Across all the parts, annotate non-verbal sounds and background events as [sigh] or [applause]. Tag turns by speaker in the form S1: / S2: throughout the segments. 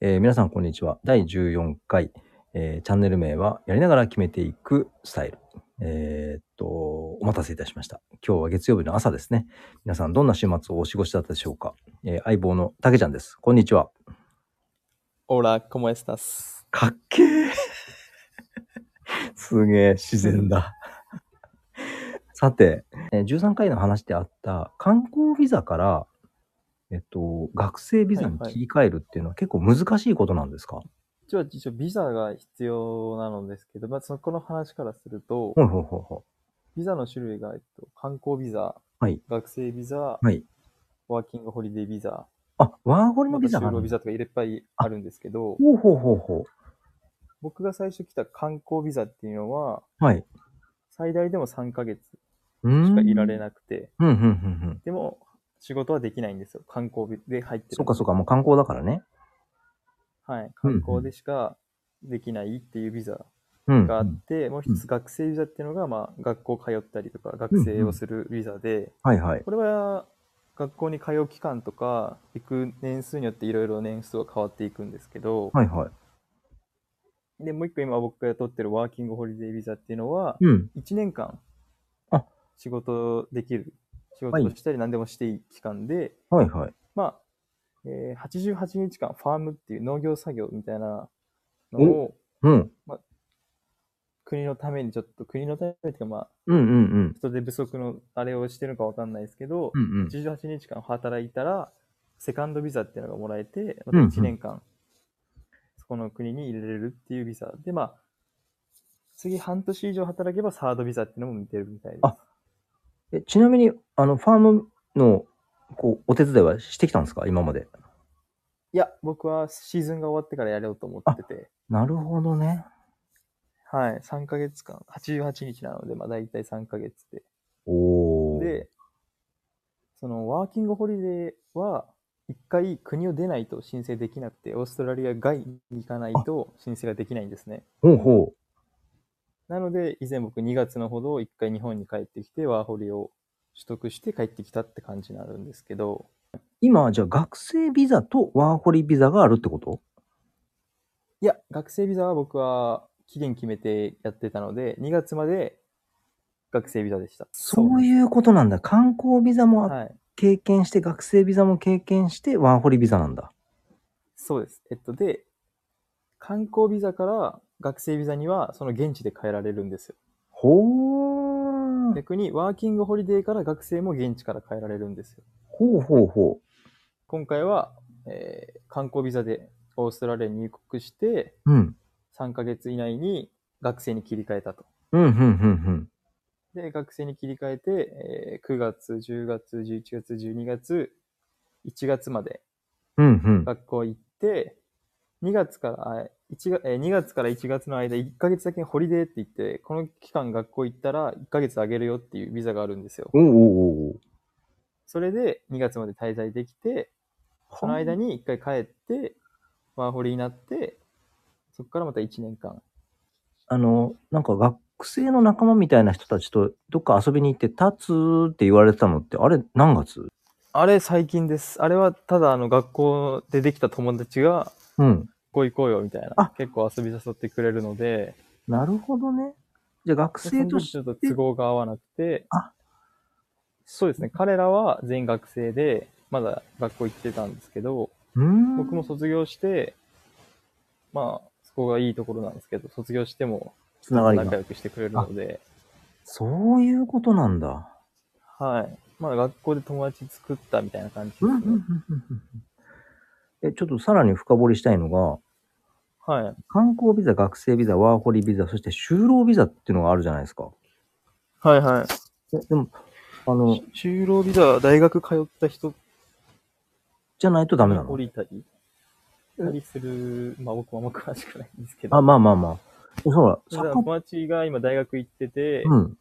S1: えー皆さん、こんにちは。第14回、えーチャンネル名は、やりながら決めていくスタイル。えーっと、お待たせいたしました。今日は月曜日の朝ですね。皆さん、どんな週末をお過ごしだったでしょうか。えー相棒のたけちゃんです。こんにちは。
S2: Hola, ¿cómo estás?
S1: かっけー [laughs] すげえ、自然だ。 [laughs] さて、えー13回の話であった観光ビザから、えっと、学生ビザに切り替えるっていうのは結構難しいことなんですか、は
S2: 一応、一応ビザが必要なのですけど、まあ、そこの話からすると、
S1: い、ほいほいほ
S2: ビザの種類が、えっと、観光ビザ、
S1: はい
S2: 学生ビザ、
S1: い。はい。
S2: ワーキングホリデービザ、
S1: あ、ワーホリのビザ
S2: 就
S1: がある
S2: 労
S1: ん
S2: ビ
S1: だ
S2: ザとかいっぱいあるんですけど、
S1: ほうほうほうほ
S2: 僕が最初来た観光ビザっていうのは、
S1: う。はい。
S2: 最大でも3ヶ月
S1: うーん。
S2: しかいられなくて、
S1: うんうんうんうん。
S2: でも、仕事はできないんですよ。観光ビで入ってる。
S1: そうかそうか、もう観光だからね。
S2: はい。
S1: うんうん
S2: 観光でしかできないっていうビザ
S1: うん。
S2: があっ
S1: は
S2: て、もう一つ学生ビザっていうのが、まあ、学校通ったりとか、学生をするビザで、
S1: いはい。
S2: これは学校に通う期間とか、行く年数によっていろいろ年数が変わっていくんですけど、
S1: はいはい。
S2: で、もう一個今僕が取ってるワーキングホリデービザっていうのは、
S1: うん。
S2: 1年間
S1: あ、
S2: 仕事できる、仕
S1: はい
S2: 事をしたり何でもしていい期間で、
S1: はいはい。
S2: まあ、えー88日間ファームっていう農業作業みたいなのを
S1: うん。
S2: 国のためにちょっと国のためにというかまあ
S1: うんうんうん。
S2: 人手不足のあれをしてるのかわかんないですけど、
S1: うんうん。
S2: 18日間働いたら、セカンドビザっていうのがもらえて、ま
S1: うんうん
S2: た1年間、そこの国に入れれるっていうビザ。で、まあ、次半年以上働けばサードビザっていうのも見てるみたいです。
S1: あえちなみに、あの、ファームの、こう、お手伝いはしてきたんですか今まで。
S2: いや、僕はシーズンが終わってからやろうと思ってて、
S1: なるほどね。
S2: はい、3ヶ月間、88日なので、まあ大体3ヶ月で。
S1: おー。
S2: で、そのワーキングホリデーは、一回国を出ないと申請できなくて、オーストラリア外に行かないと申請ができないんですね。
S1: ほうほ
S2: なので、以前僕2月のほど一回日本に帰ってきて、ワーホリを取得して帰ってきたって感じになるんですけど、
S1: う。今、じゃあ学生ビザとワーホリビザがあるってこと
S2: いや、学生ビザは僕は期限決めてやってたので、2月まで学生ビザでした。
S1: そういうことなんだ。観光ビザ
S2: う
S1: も
S2: はい。
S1: 経験して、学生ビザも経験して、ワーホリビザなんだ。
S2: そうです。えっと、で、観光ビザから学生ビザにはその現地で変えられるんですよ。
S1: ほー。
S2: 逆にワーキングホリデーから学生も現地から変えられるんですよ。
S1: ほうほうほう。
S2: 今回は、えー観光ビザでオーストラリアに入国して、
S1: うん。
S2: 3ヶ月以内に学生に切り替えたと。
S1: うん、うん、うん、
S2: で、学生に切り替えて、えー9月、10月、11月、12月、1月まで
S1: うん。うん、うん。
S2: 学校行って、2月から、1月、えー2月から1月の間、1ヶ月だけホリデーって言って、この期間学校行ったら1ヶ月あげるよっていうビザがあるんですよ。
S1: おうおうおうおう
S2: それで2月まで滞在できて、その間に1回帰って、ワーホリになって、そこからまた1年間。
S1: あの、なんか学生の仲間みたいな人たちとどっか遊びに行って、立つって言われてたのって、あれ何月
S2: あれ最近です。あれはただあの学校でできた友達が
S1: うん。
S2: ここ行こうよみたい
S1: あ
S2: な。結構遊び誘ってくれるので、
S1: なるほどね。じゃあ学
S2: その
S1: 生と
S2: 時
S1: し
S2: ちょっと都合が合わなくて
S1: あ、
S2: そうですね。彼らは全員学生で、まだ学校行ってたんですけど、
S1: うーん
S2: 僕も卒業して、まあ、そこがいいところなんですけど、卒業しても
S1: つながり
S2: 仲
S1: が。
S2: 良くしてくれるので、
S1: そういうことなんだ。
S2: はい。まあ、学校で友達作ったみたいな感じで
S1: う
S2: す
S1: んうん
S2: ね。
S1: うんうんうんえ、ちょっとさらに深掘りしたいのが、
S2: はい。
S1: 観光ビザ、学生ビザ、ワーホリビザ、そして就労ビザっていうのがあるじゃないですか。
S2: はいは
S1: えでも、あの、
S2: い。就労ビザ、大学通った人
S1: じゃないとダメな
S2: 降
S1: の。
S2: りたり、たりする、まあ僕はあんま詳しくないんですけど。
S1: あ、まあまあまあ。そうだ、サ
S2: だか
S1: ッ
S2: ら
S1: カ
S2: 友達が今大学行ってて、
S1: ー、うん。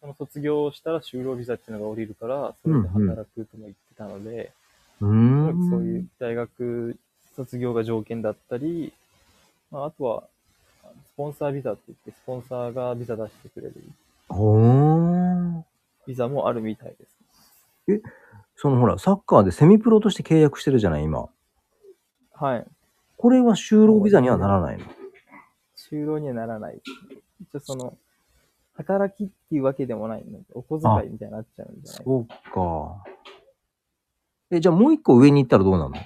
S2: その卒業したら就労ビザっていうのが降りるから、それで働くとも言ってたので、
S1: うーん。
S2: そういう大学卒業が条件だったり、まあ、あとは、スポンサービザって言って、スポンサーがビザ出してくれる
S1: ほー。
S2: ビザもあるみたいです。
S1: そのほら、サッカーでセミプロとして契約してるじゃない、今。
S2: はい。
S1: これは就労ビザにはならないの。
S2: 就労にはならない。一応その、働きっていうわけでもないので、お小遣いみたいになっちゃうんじゃない
S1: そうか。え、じゃあもう一個上に行ったらどうなの
S2: も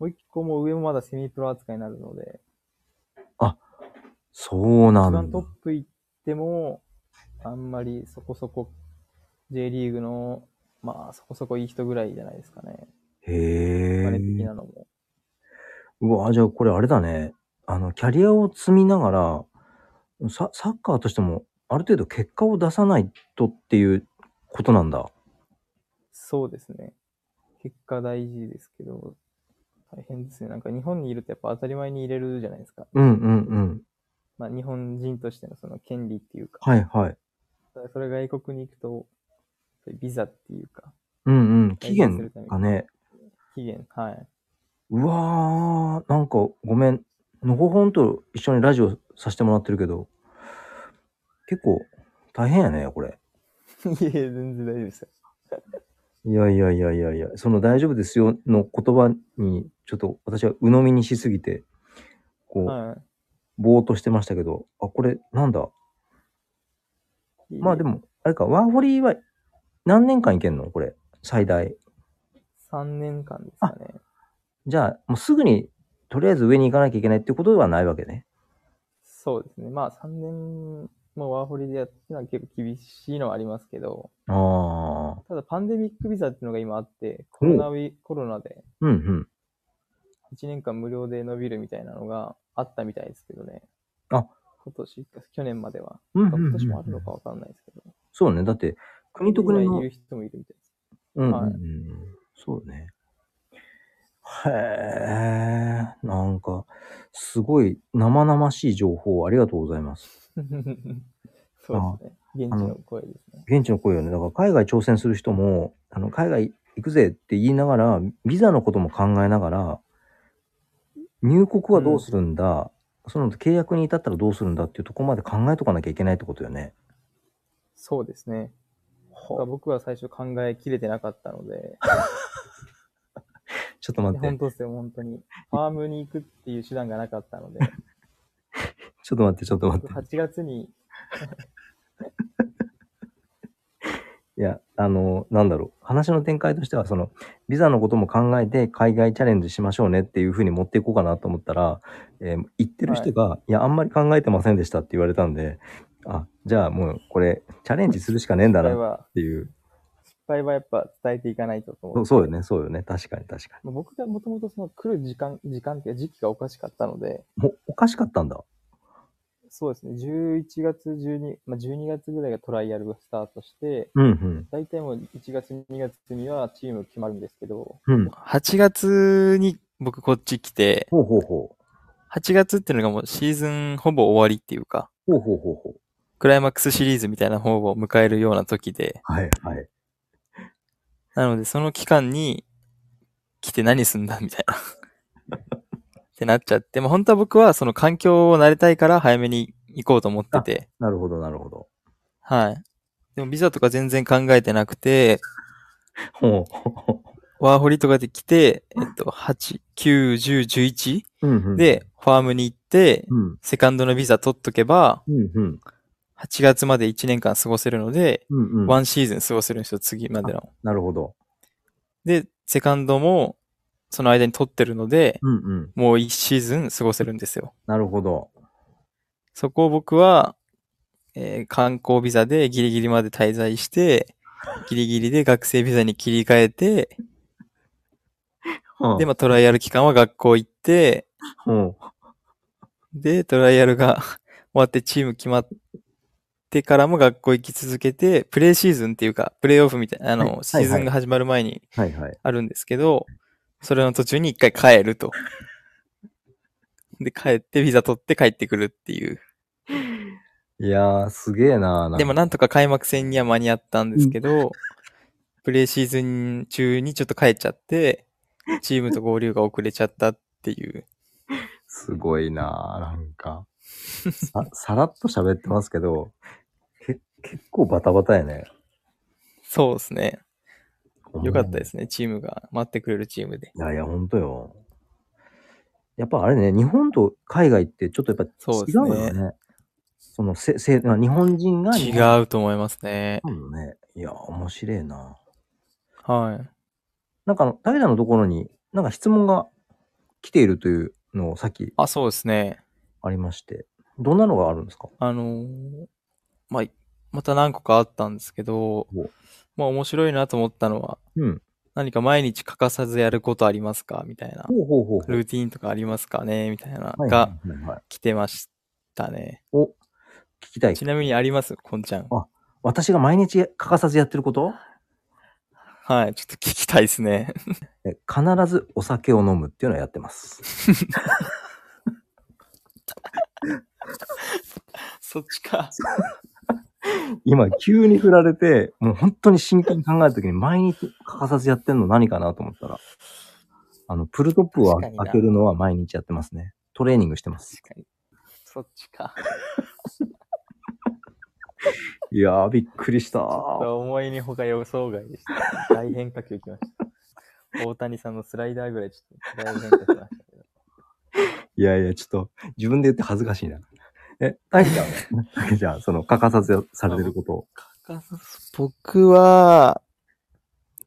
S2: う一個も上もまだセミプロ扱いになるので、
S1: そうな
S2: 一
S1: ん
S2: 番
S1: だ
S2: トッ。プ行っても、あんまりそこそこ J リーグの、まあそこそこいい人ぐらいじゃないですかね。お
S1: へ
S2: 金的
S1: え。
S2: なのも。
S1: うわ、じゃあこれあれだね。あの、キャリアを積みながら、ササッカーとしても、ある程度結果を出さないとっていうことなんだ。
S2: そうですね。結果大事ですけど、大変ですね。なんか日本にいるとやっぱ当たり前に入れるじゃないですか。
S1: うんうんうん。
S2: まあ日本人としてのその権利っていうか、
S1: はいはい。
S2: ただそれ外国に行くと、そういうビザっていうか、
S1: うんうん。期
S2: 改善する
S1: 限
S2: ために
S1: がね。
S2: 期限、はい。 [laughs]
S1: うわー、なんかごめん。のほほんと一緒にラジオさせてもらってるけど、結構大変やね、これ。
S2: いえいえ、全然大丈夫ですよ。
S1: いやいやいやいやいや、その大丈夫ですよの言葉に、ちょっと私は鵜呑みにしすぎて、こう、
S2: は
S1: ぼーっとしてましたけど、あ、これなんだ。
S2: い。
S1: まあで。も、あれか、ワーホリは何年間いけんのこれ、最大。
S2: 3年間ですかね。
S1: じゃあ、もうすぐに、とりあえず上に行かなきゃいけないってことではないわけね。
S2: そうですね。まあ3年もワーホリでやってるのは結構厳しいのはありますけど、
S1: ああ、
S2: ただパンデミックビザっていうのが今あって、コ
S1: ほう
S2: ロナウィコロナで
S1: うんうん。
S2: 1年間無料で伸びるみたいなのがあったみたいですけどね。
S1: あ
S2: 今年か、去年までは。
S1: うんうん
S2: 今
S1: うん
S2: 年もあるのかわかんないですけど。
S1: そうね。だって、国と国の
S2: いる人もいるみたいです。 [laughs]
S1: うんうんう
S2: はい
S1: ん、そうね。へえ、なんか、すごい生々しい情報をありがとうございます。
S2: そうですね。現地の声ですね。
S1: 現地の声よね。だから海外挑戦する人も、あの海外行くぜって言いながら、ビザのことも考えながら、入国はどうするんだ、その契約に至ったらどうするんだっていうとこまで考えとかなきゃいけないってことよね。
S2: そうですね。
S1: は
S2: 僕は最初考えきれてなかったので、
S1: ちょっと待って
S2: 本、当ですよ、本当に。ファームに行くっていう手段がなかったので、
S1: ちょっと待って、ちょっと待って。
S2: 8月に、
S1: いや、あの、なんだろう。話の展開としては、その、ビザのことも考えて、海外チャレンジしましょうねっていうふうに持っていこうかなと思ったら、えー言ってる人が、い、や、あんまり考えてませんでしたって言われたんで、あ、じゃあもう、これ、チャレンジするしかねえんだ
S2: 失
S1: な
S2: 敗
S1: っ
S2: は、
S1: ていう。
S2: 失敗はやっぱ伝えていかないとと
S1: そ
S2: 思
S1: う
S2: って。
S1: そうよね、そうよね。確かに確か
S2: まあ僕がもともとその来る時間、時間っていうか時期がおかしかったので、
S1: に。もう、おかしかったんだ。
S2: そうですね、11月、12、まあ、12月ぐらいがトライアルがスタートして、
S1: うんうん。
S2: 大体もう1月、2月にはチーム決まるんですけど、
S1: うん。
S2: 8月に僕こっち来て、
S1: ほうほうほ
S2: 8月っていうのがもうシーズンほぼ終わりっていうか、
S1: う。ほうほうほうほう。
S2: クライマックスシリーズみたいな方を迎えるような時で、
S1: はいはい。
S2: なのでその期間に来て何すんだみたいな。 [laughs] ってなっちゃって、まあ本当は僕はその環境を慣れたいから早めに行こうと思ってて、
S1: なるほどなるほど。
S2: はい。でもビザとか全然考えてなくて、
S1: ほうほうほ
S2: ワーホリとかで来て、えっと、8、9、10、
S1: う。うんう
S2: 11
S1: ん。、
S2: でファームに行って、
S1: うん。
S2: セカンドのビザ取っとけば、
S1: うんうん。
S2: 8月まで1年間過ごせるので、
S1: うんうん。
S2: ワンシーズン過ごせるんですよ、次までの。
S1: なるほど。
S2: で、セカンドも、その間に取ってるので、
S1: うんうん。
S2: もう1シーズン過ごせるんですよ。
S1: なるほど。
S2: そこを僕は、えー観光ビザでギリギリまで滞在して、ギリギリで学生ビザに切り替えて、で、まあ、トライアル期間は学校行って、
S1: うん、
S2: で、トライアルが [laughs] 終わってチーム決まってからも学校行き続けて、プレーシーズンっていうか、プレーオフみたいな、あ
S1: はいはいは
S2: の、
S1: い
S2: シーズンが始まる前に
S1: はいはい。
S2: あるんですけど、それの途中に一回帰ると。で、帰って、ビザ取って帰ってくるっていう。
S1: いやー、すげえなーなんか
S2: でもなんとか開幕戦には間に合ったんですけど、プレーシーズン中にちょっと帰っちゃって、チームと合流が遅れちゃったっていう。
S1: すごいなーなんか。さ、 [laughs] さらっと喋ってますけど、け、結構バタバタやね。。
S2: そうですね。よかったですすね。チームが、待ってくれるチームで。
S1: いやいや、ほんとよ。やっぱあれね、日本と海外ってちょっとやっぱ
S2: そう
S1: 違
S2: です
S1: う
S2: ね
S1: のよね。そのせせまあ日本人が日本
S2: 違うと思いますね。
S1: そうよね。いや、面白いな。
S2: はい。
S1: なんかあの、武田のところに、なんか質問が来ているというのをさっき
S2: あ、そうですね。
S1: ありまして、どんなのがあるんですか
S2: あのーまあ、また何個かあったんですけど
S1: お、
S2: まあ面白いなと思ったのは、
S1: うん。
S2: 何か毎日欠かさずやることありますかみたいな。
S1: ほうほうほうほう。
S2: ルーティーンとかありますかねみたいなの
S1: はい
S2: が
S1: はいはいはい
S2: 来てましたね。
S1: お、聞きたい
S2: ち。なみにありますこんちゃん。
S1: 私が毎日欠かさずやってること
S2: はい。ちょっと聞きたいですね。
S1: え必ずお酒を飲むっていうのはやってます。
S2: そっちか。
S1: 今、急に振られて、もう本当に真剣に考えるときに毎日欠かさずやってるの何かなと思ったら、あの、プルトップを
S2: 確か
S1: 開
S2: にな
S1: けるのは毎日やってますね。トレーニングしてます。
S2: 確かに。そっちか。
S1: いやー、びっくりした。
S2: 思いにほか予想外でした。大変化球いきました。 [laughs] 大谷さんのスライダーぐらいちょっと大変化しましたけど。
S1: いやいや、ちょっと、自分で言って恥ずかしいな。え、大
S2: [laughs]
S1: 輝ちゃんは大輝ちゃん、その、欠かさずされてることを。
S2: 僕は、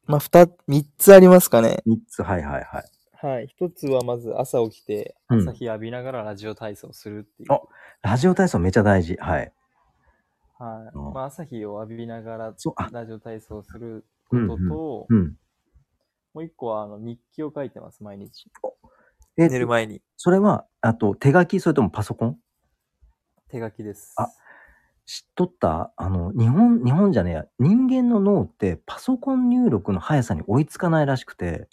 S2: まあ、二、三つありますかね。
S1: 3つ、はいはいはい。
S2: はい。一つはまず朝起きて、
S1: うん
S2: 朝日浴びながらラジオ体操するっていう。
S1: あラジオ体操めちゃ大事。はい。
S2: はい。
S1: うん
S2: まあ、朝日を浴びながら
S1: そう、あ、
S2: ラジオ体操することと、
S1: うん
S2: も
S1: うん。
S2: う一個はあの日記を書いてます、毎日。
S1: え、
S2: 前に。
S1: それは、あと、手書き、それともパソコン
S2: 手書きです。
S1: あ知っとったあの、日本、日本じゃねえや。人間の脳って、パソコン入力の速さに追いつかないらしくて、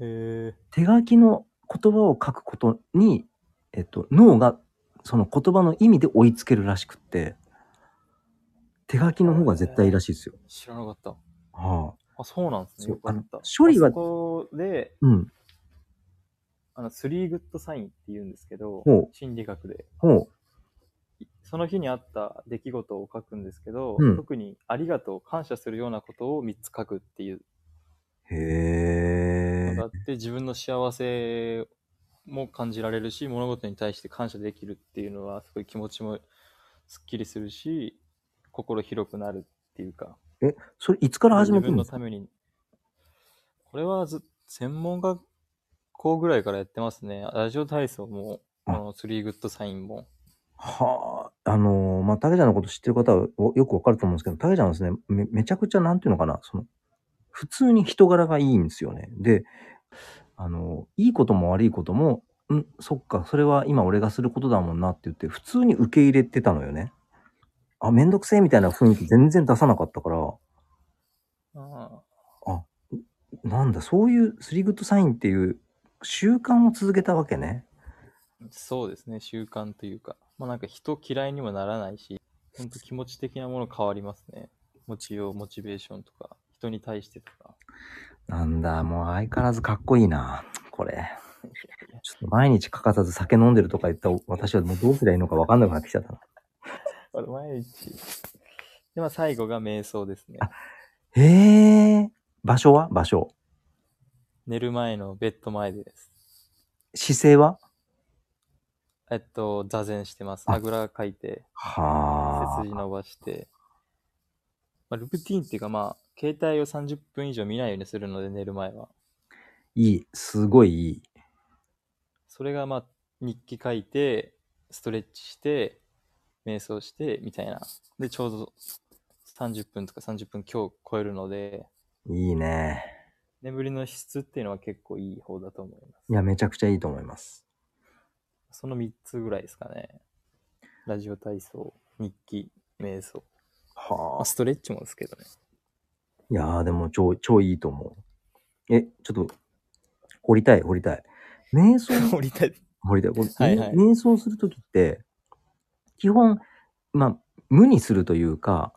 S2: へえ。
S1: 手書きの言葉を書くことに、えっと、脳がその言葉の意味で追いつけるらしくって、手書きの方が絶対いいらしいですよ。
S2: 知らなかった。
S1: はあ、
S2: あ、そうなんです
S1: そ
S2: ね。
S1: う
S2: よかっ
S1: あ
S2: た
S1: の。処理は
S2: あそこで、
S1: うん。
S2: あの、スリーグッドサインって言うんですけど
S1: ほう、
S2: 心理学で、
S1: ほ
S2: その日にあった出来事を書くんですけど、
S1: うん
S2: 特にありがとう、感謝するようなことを3つ書くっていう
S1: う。へ
S2: のがあ
S1: え。
S2: って、自分の幸せも感じられるし、物事に対して感謝できるっていうのは、すごい気持ちもすっきりするし、心広くなるっていうか、
S1: え、それいつから始
S2: 自
S1: めてる
S2: 分
S1: ん
S2: の
S1: ですか
S2: ために。これはず、専門学校ぐらいからやってますね。ラジオ体操も、
S1: あ
S2: このスリーグッドサインも。
S1: はあ、あのーまあ、竹ちゃんのこと知ってる方はおよくわかると思うんですけど、竹ちゃんはですね、めめちゃくちゃなんていうのかな、その、普通に人柄がいいんですよね。で、あのーいいことも悪いことも、ん、そっか、それは今俺がすることだもんなって言って、普通に受け入れてたのよね。あ、めんどくせえみたいな雰囲気全然出さなかったから、
S2: あ
S1: なんだ、そういうスリーグッドサインっていう習慣を続けたわけね。
S2: あそうですね、習慣というか。まあなんか人嫌いにもならないし、ほんと気持ち的なもの変わりますね。モチよう、モチベーションとか、人に対してとか。
S1: なんだ、もう相変わらずかっこいいな、これ。ちょっと毎日欠かさず酒飲んでるとか言った私はもうどうすりゃいいのか分かんなくなってきちゃったな。
S2: あれ、毎日。で、まあ最後が瞑想ですね。
S1: へえ。場所は場所。
S2: 寝る前のベッド前でです。
S1: 姿勢は
S2: えっと、座禅してます。
S1: あ
S2: あぐらかいて。背
S1: は
S2: 筋伸ばして、まあ、ルーティーンっていうか、まあ、携帯を30分以上見ないようにするので、寝る前は。
S1: いい。すごいいい。
S2: それが、まあ、日記書いて、ストレッチして、瞑想して、みたいな。で、ちょうど30分とか30分今日超えるので、
S1: いいね。
S2: 眠りの質っていうのは結構いい方だと思いま
S1: いや、めちゃくちゃいいと思います。
S2: す。その3つぐらいですかね。ラジオ体操、日記、瞑想。ま
S1: は
S2: あ、。ストレッチもですけどね。
S1: いやー、でも超、超いいと思う。え、ちょっと、掘りたい、掘りたい。瞑
S2: [laughs]
S1: 想
S2: 降りたい。
S1: 掘りたい。これ
S2: はいはい
S1: 瞑想するときって、基本、まあ、無にするというか、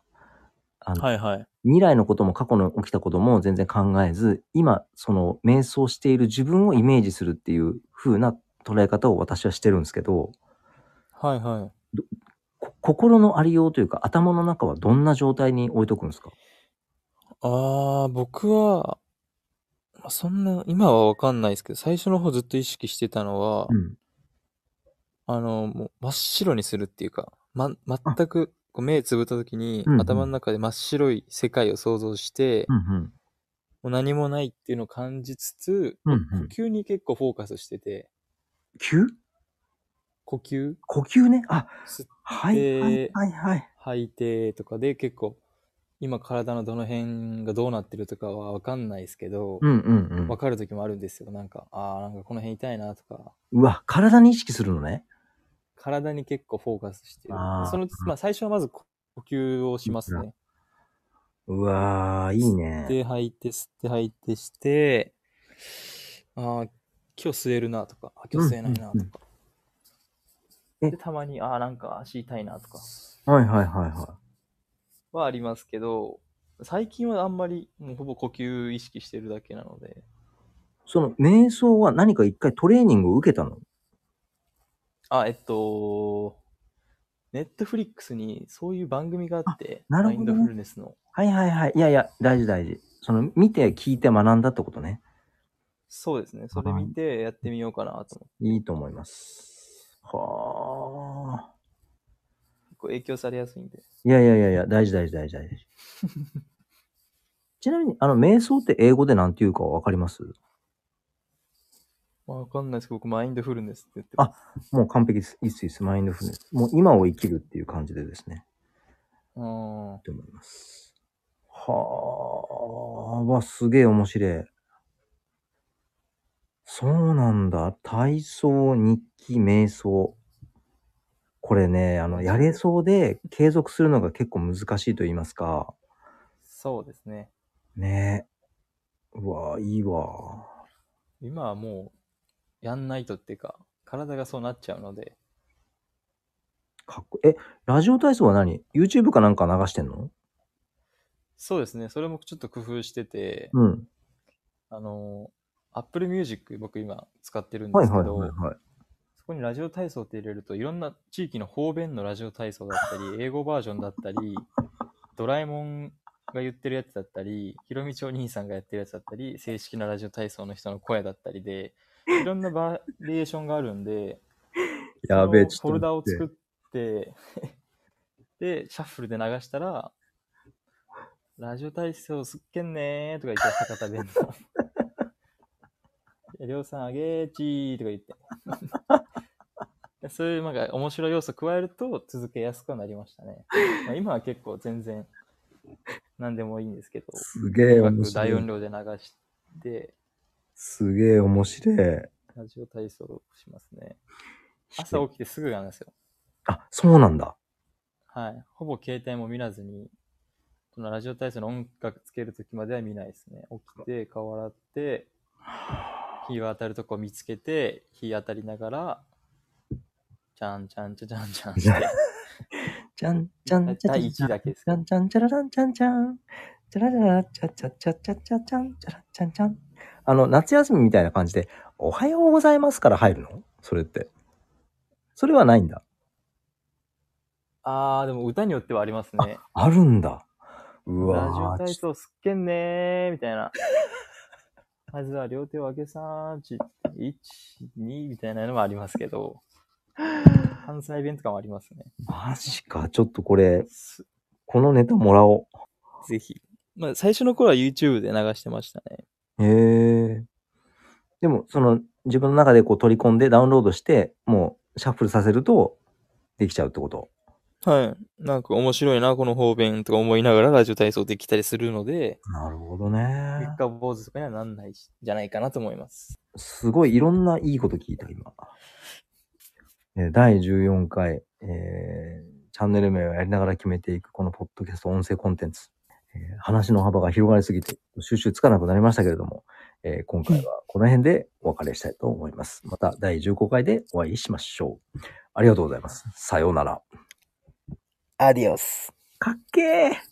S1: あの
S2: はいはい。
S1: 未来のことも過去の起きたことも全然考えず、今、その瞑想している自分をイメージするっていう風な捉え方を私はしてるんですけど、
S2: はいはい。
S1: こ心のありようというか、頭の中はどんな状態に置いとくんですか
S2: ああ、僕は、まあそんな、今はわかんないですけど、最初の方ずっと意識してたのは、
S1: うん。
S2: あの、もう真っ白にするっていうか、ま、全くこう目つぶった時に、
S1: うんうん
S2: 頭の中で真っ白い世界を想像して、
S1: うん
S2: もう何もないっていうのを感じつつ、
S1: うん。うんうん。
S2: 急に結構フォーカスしてて、
S1: 吸
S2: 呼吸
S1: 呼吸ね。あ、
S2: 吸っ
S1: はい、はい、はい、はい。
S2: 吐いてとかで結構、今体のどの辺がどうなってるとかはわかんないですけど、
S1: うんうんうん
S2: わ。かる時もあるんですよ。なんか、ああ、なんかこの辺痛いなとか、
S1: うわ、体に意識するのね。
S2: 体に結構フォーカスしてる
S1: あー。
S2: その、まあ最初はまず呼呼吸をしますね。
S1: うわー、いいね
S2: 吸っ。て吐いて、吸って吐いてして、ああ、今日吸えるなとか、あ今日吸えないなとか。
S1: うんうんうん
S2: で、たまに、ああ、なんか足痛いなとか
S1: はいはいはいは
S2: はありますけど、最近はあんまり、もうほぼ呼吸意識してるだけなので、
S1: い。その瞑想は何か一回トレーニングを受けたの
S2: あ、えっと、ネットフリックスにそういう番組があって、
S1: あなるほどね
S2: マインドフルネスの。
S1: はいはいはい。いやいや、大事大事。その、見て、聞いて学んだってことね。
S2: そうですね。それ見てやってみようかなと思って。
S1: いいと思います。はあ。
S2: 結構影響されやすいんで。
S1: いやいやいやいや、大事大事大事大事。ちなみに、あの、瞑想って英語で何て言うかわかります
S2: まあわかんないですけど、僕マインドフルネスって言ってます。
S1: もう完璧です。いいっすいいっす。マインドフルネス。もう今を生きるっていう感じでですね。
S2: う
S1: と
S2: ん
S1: 思います。はあ、わ、すげえ面白い。そうなんだ。体操、日記、瞑想。これね、あの、やれそうで継続するのが結構難しいと言いますか。
S2: そうですね。
S1: ねえ。うわいいわ。
S2: 今はもう、やんないとっていうか、体がそうなっちゃうので、
S1: かっこいい。え、ラジオ体操は何 ?YouTube かなんか流してんの
S2: そうですね。それもちょっと工夫してて、
S1: うん。
S2: あの、Apple Music 僕今使ってるんで
S1: はい
S2: すけど、
S1: はいはいはい。
S2: そこにラジオ体操って入れると、いろんな地域の方便のラジオ体操だったり、英語バージョンだったり、ドラえもんが言ってるやつだったり、ひろみちお兄さんがやってるやつだったり、正式なラジオ体操の人の声だったりで、いろんなバリエーションがあるんで、
S1: やべえ、ち
S2: その
S1: ょっ
S2: フォルダを
S1: と待って。
S2: 作って、 [laughs] で、シャッフルで流したら、ラジオ体操すっけんねーとか言って、博多弁
S1: [laughs]
S2: の。りょうさんあげーちーとか言って。で [laughs] そういうなんか面白い要素加えると続けやすくはなりましたね。まあ、今は結構全然何でもいいんですけど、
S1: すげえ
S2: うま
S1: 面
S2: く大
S1: 白
S2: 音
S1: い。
S2: 量で流して、
S1: すげえ面白い。
S2: ラジオ体操をしますね。朝起きてすぐなんですよ。
S1: あ、そうなんだ。
S2: はい。ほぼ携帯も見らずに、このラジオ体操の音楽つけるときまでは見ないですね。起きて、顔洗って、日を当たるとこ見つけて、日当たりながら、ちゃんちゃんちゃちゃんちゃんして、
S1: じゃんじゃんじゃ
S2: 第
S1: んじ
S2: 1
S1: ゃん
S2: だけです
S1: じ。ゃんじゃんじゃららんじゃんじゃんじゃらららちゃちゃちゃちゃちゃちゃんじゃらちゃんちゃんあの夏休みみたいな感じで「おはようございます」から入るのそれってそれはないんだ
S2: あー、でも歌によってはありますね。
S1: あるんだう
S2: ラジ
S1: わ
S2: オ
S1: ー
S2: 体
S1: ち
S2: 操すっけんねー、みたいな。まずは両手を上げさーち、1、2みたいなのもありますけど、関西弁とかもありますね。
S1: マジかちょっとこれ
S2: す
S1: このネタもらお
S2: ぜひ。まあ、最初の頃は YouTube で流してましたね。
S1: うへえでもその自分の中でこう取り込んでダウンロードしてもうシャッフルさせるとできちゃうってこと
S2: はい。なんか面白いな、この方便とか思いながらラジオ体操できたりするので、
S1: なるほどね
S2: 三日坊主とかにはなんないし、じゃないかなと思います。
S1: すごいいろんないいこと聞いた、今。えー第14回、えーチャンネル名をやりながら決めていくこのポッドキャスト音声コンテンツ。えー話の幅が広がりすぎて収集つかなくなりましたけれども、えー今回はこの辺でお別れしたいと思います。また第15回でお会いしましょう。ありがとうございます。さようなら。
S2: アディオス。
S1: かっけー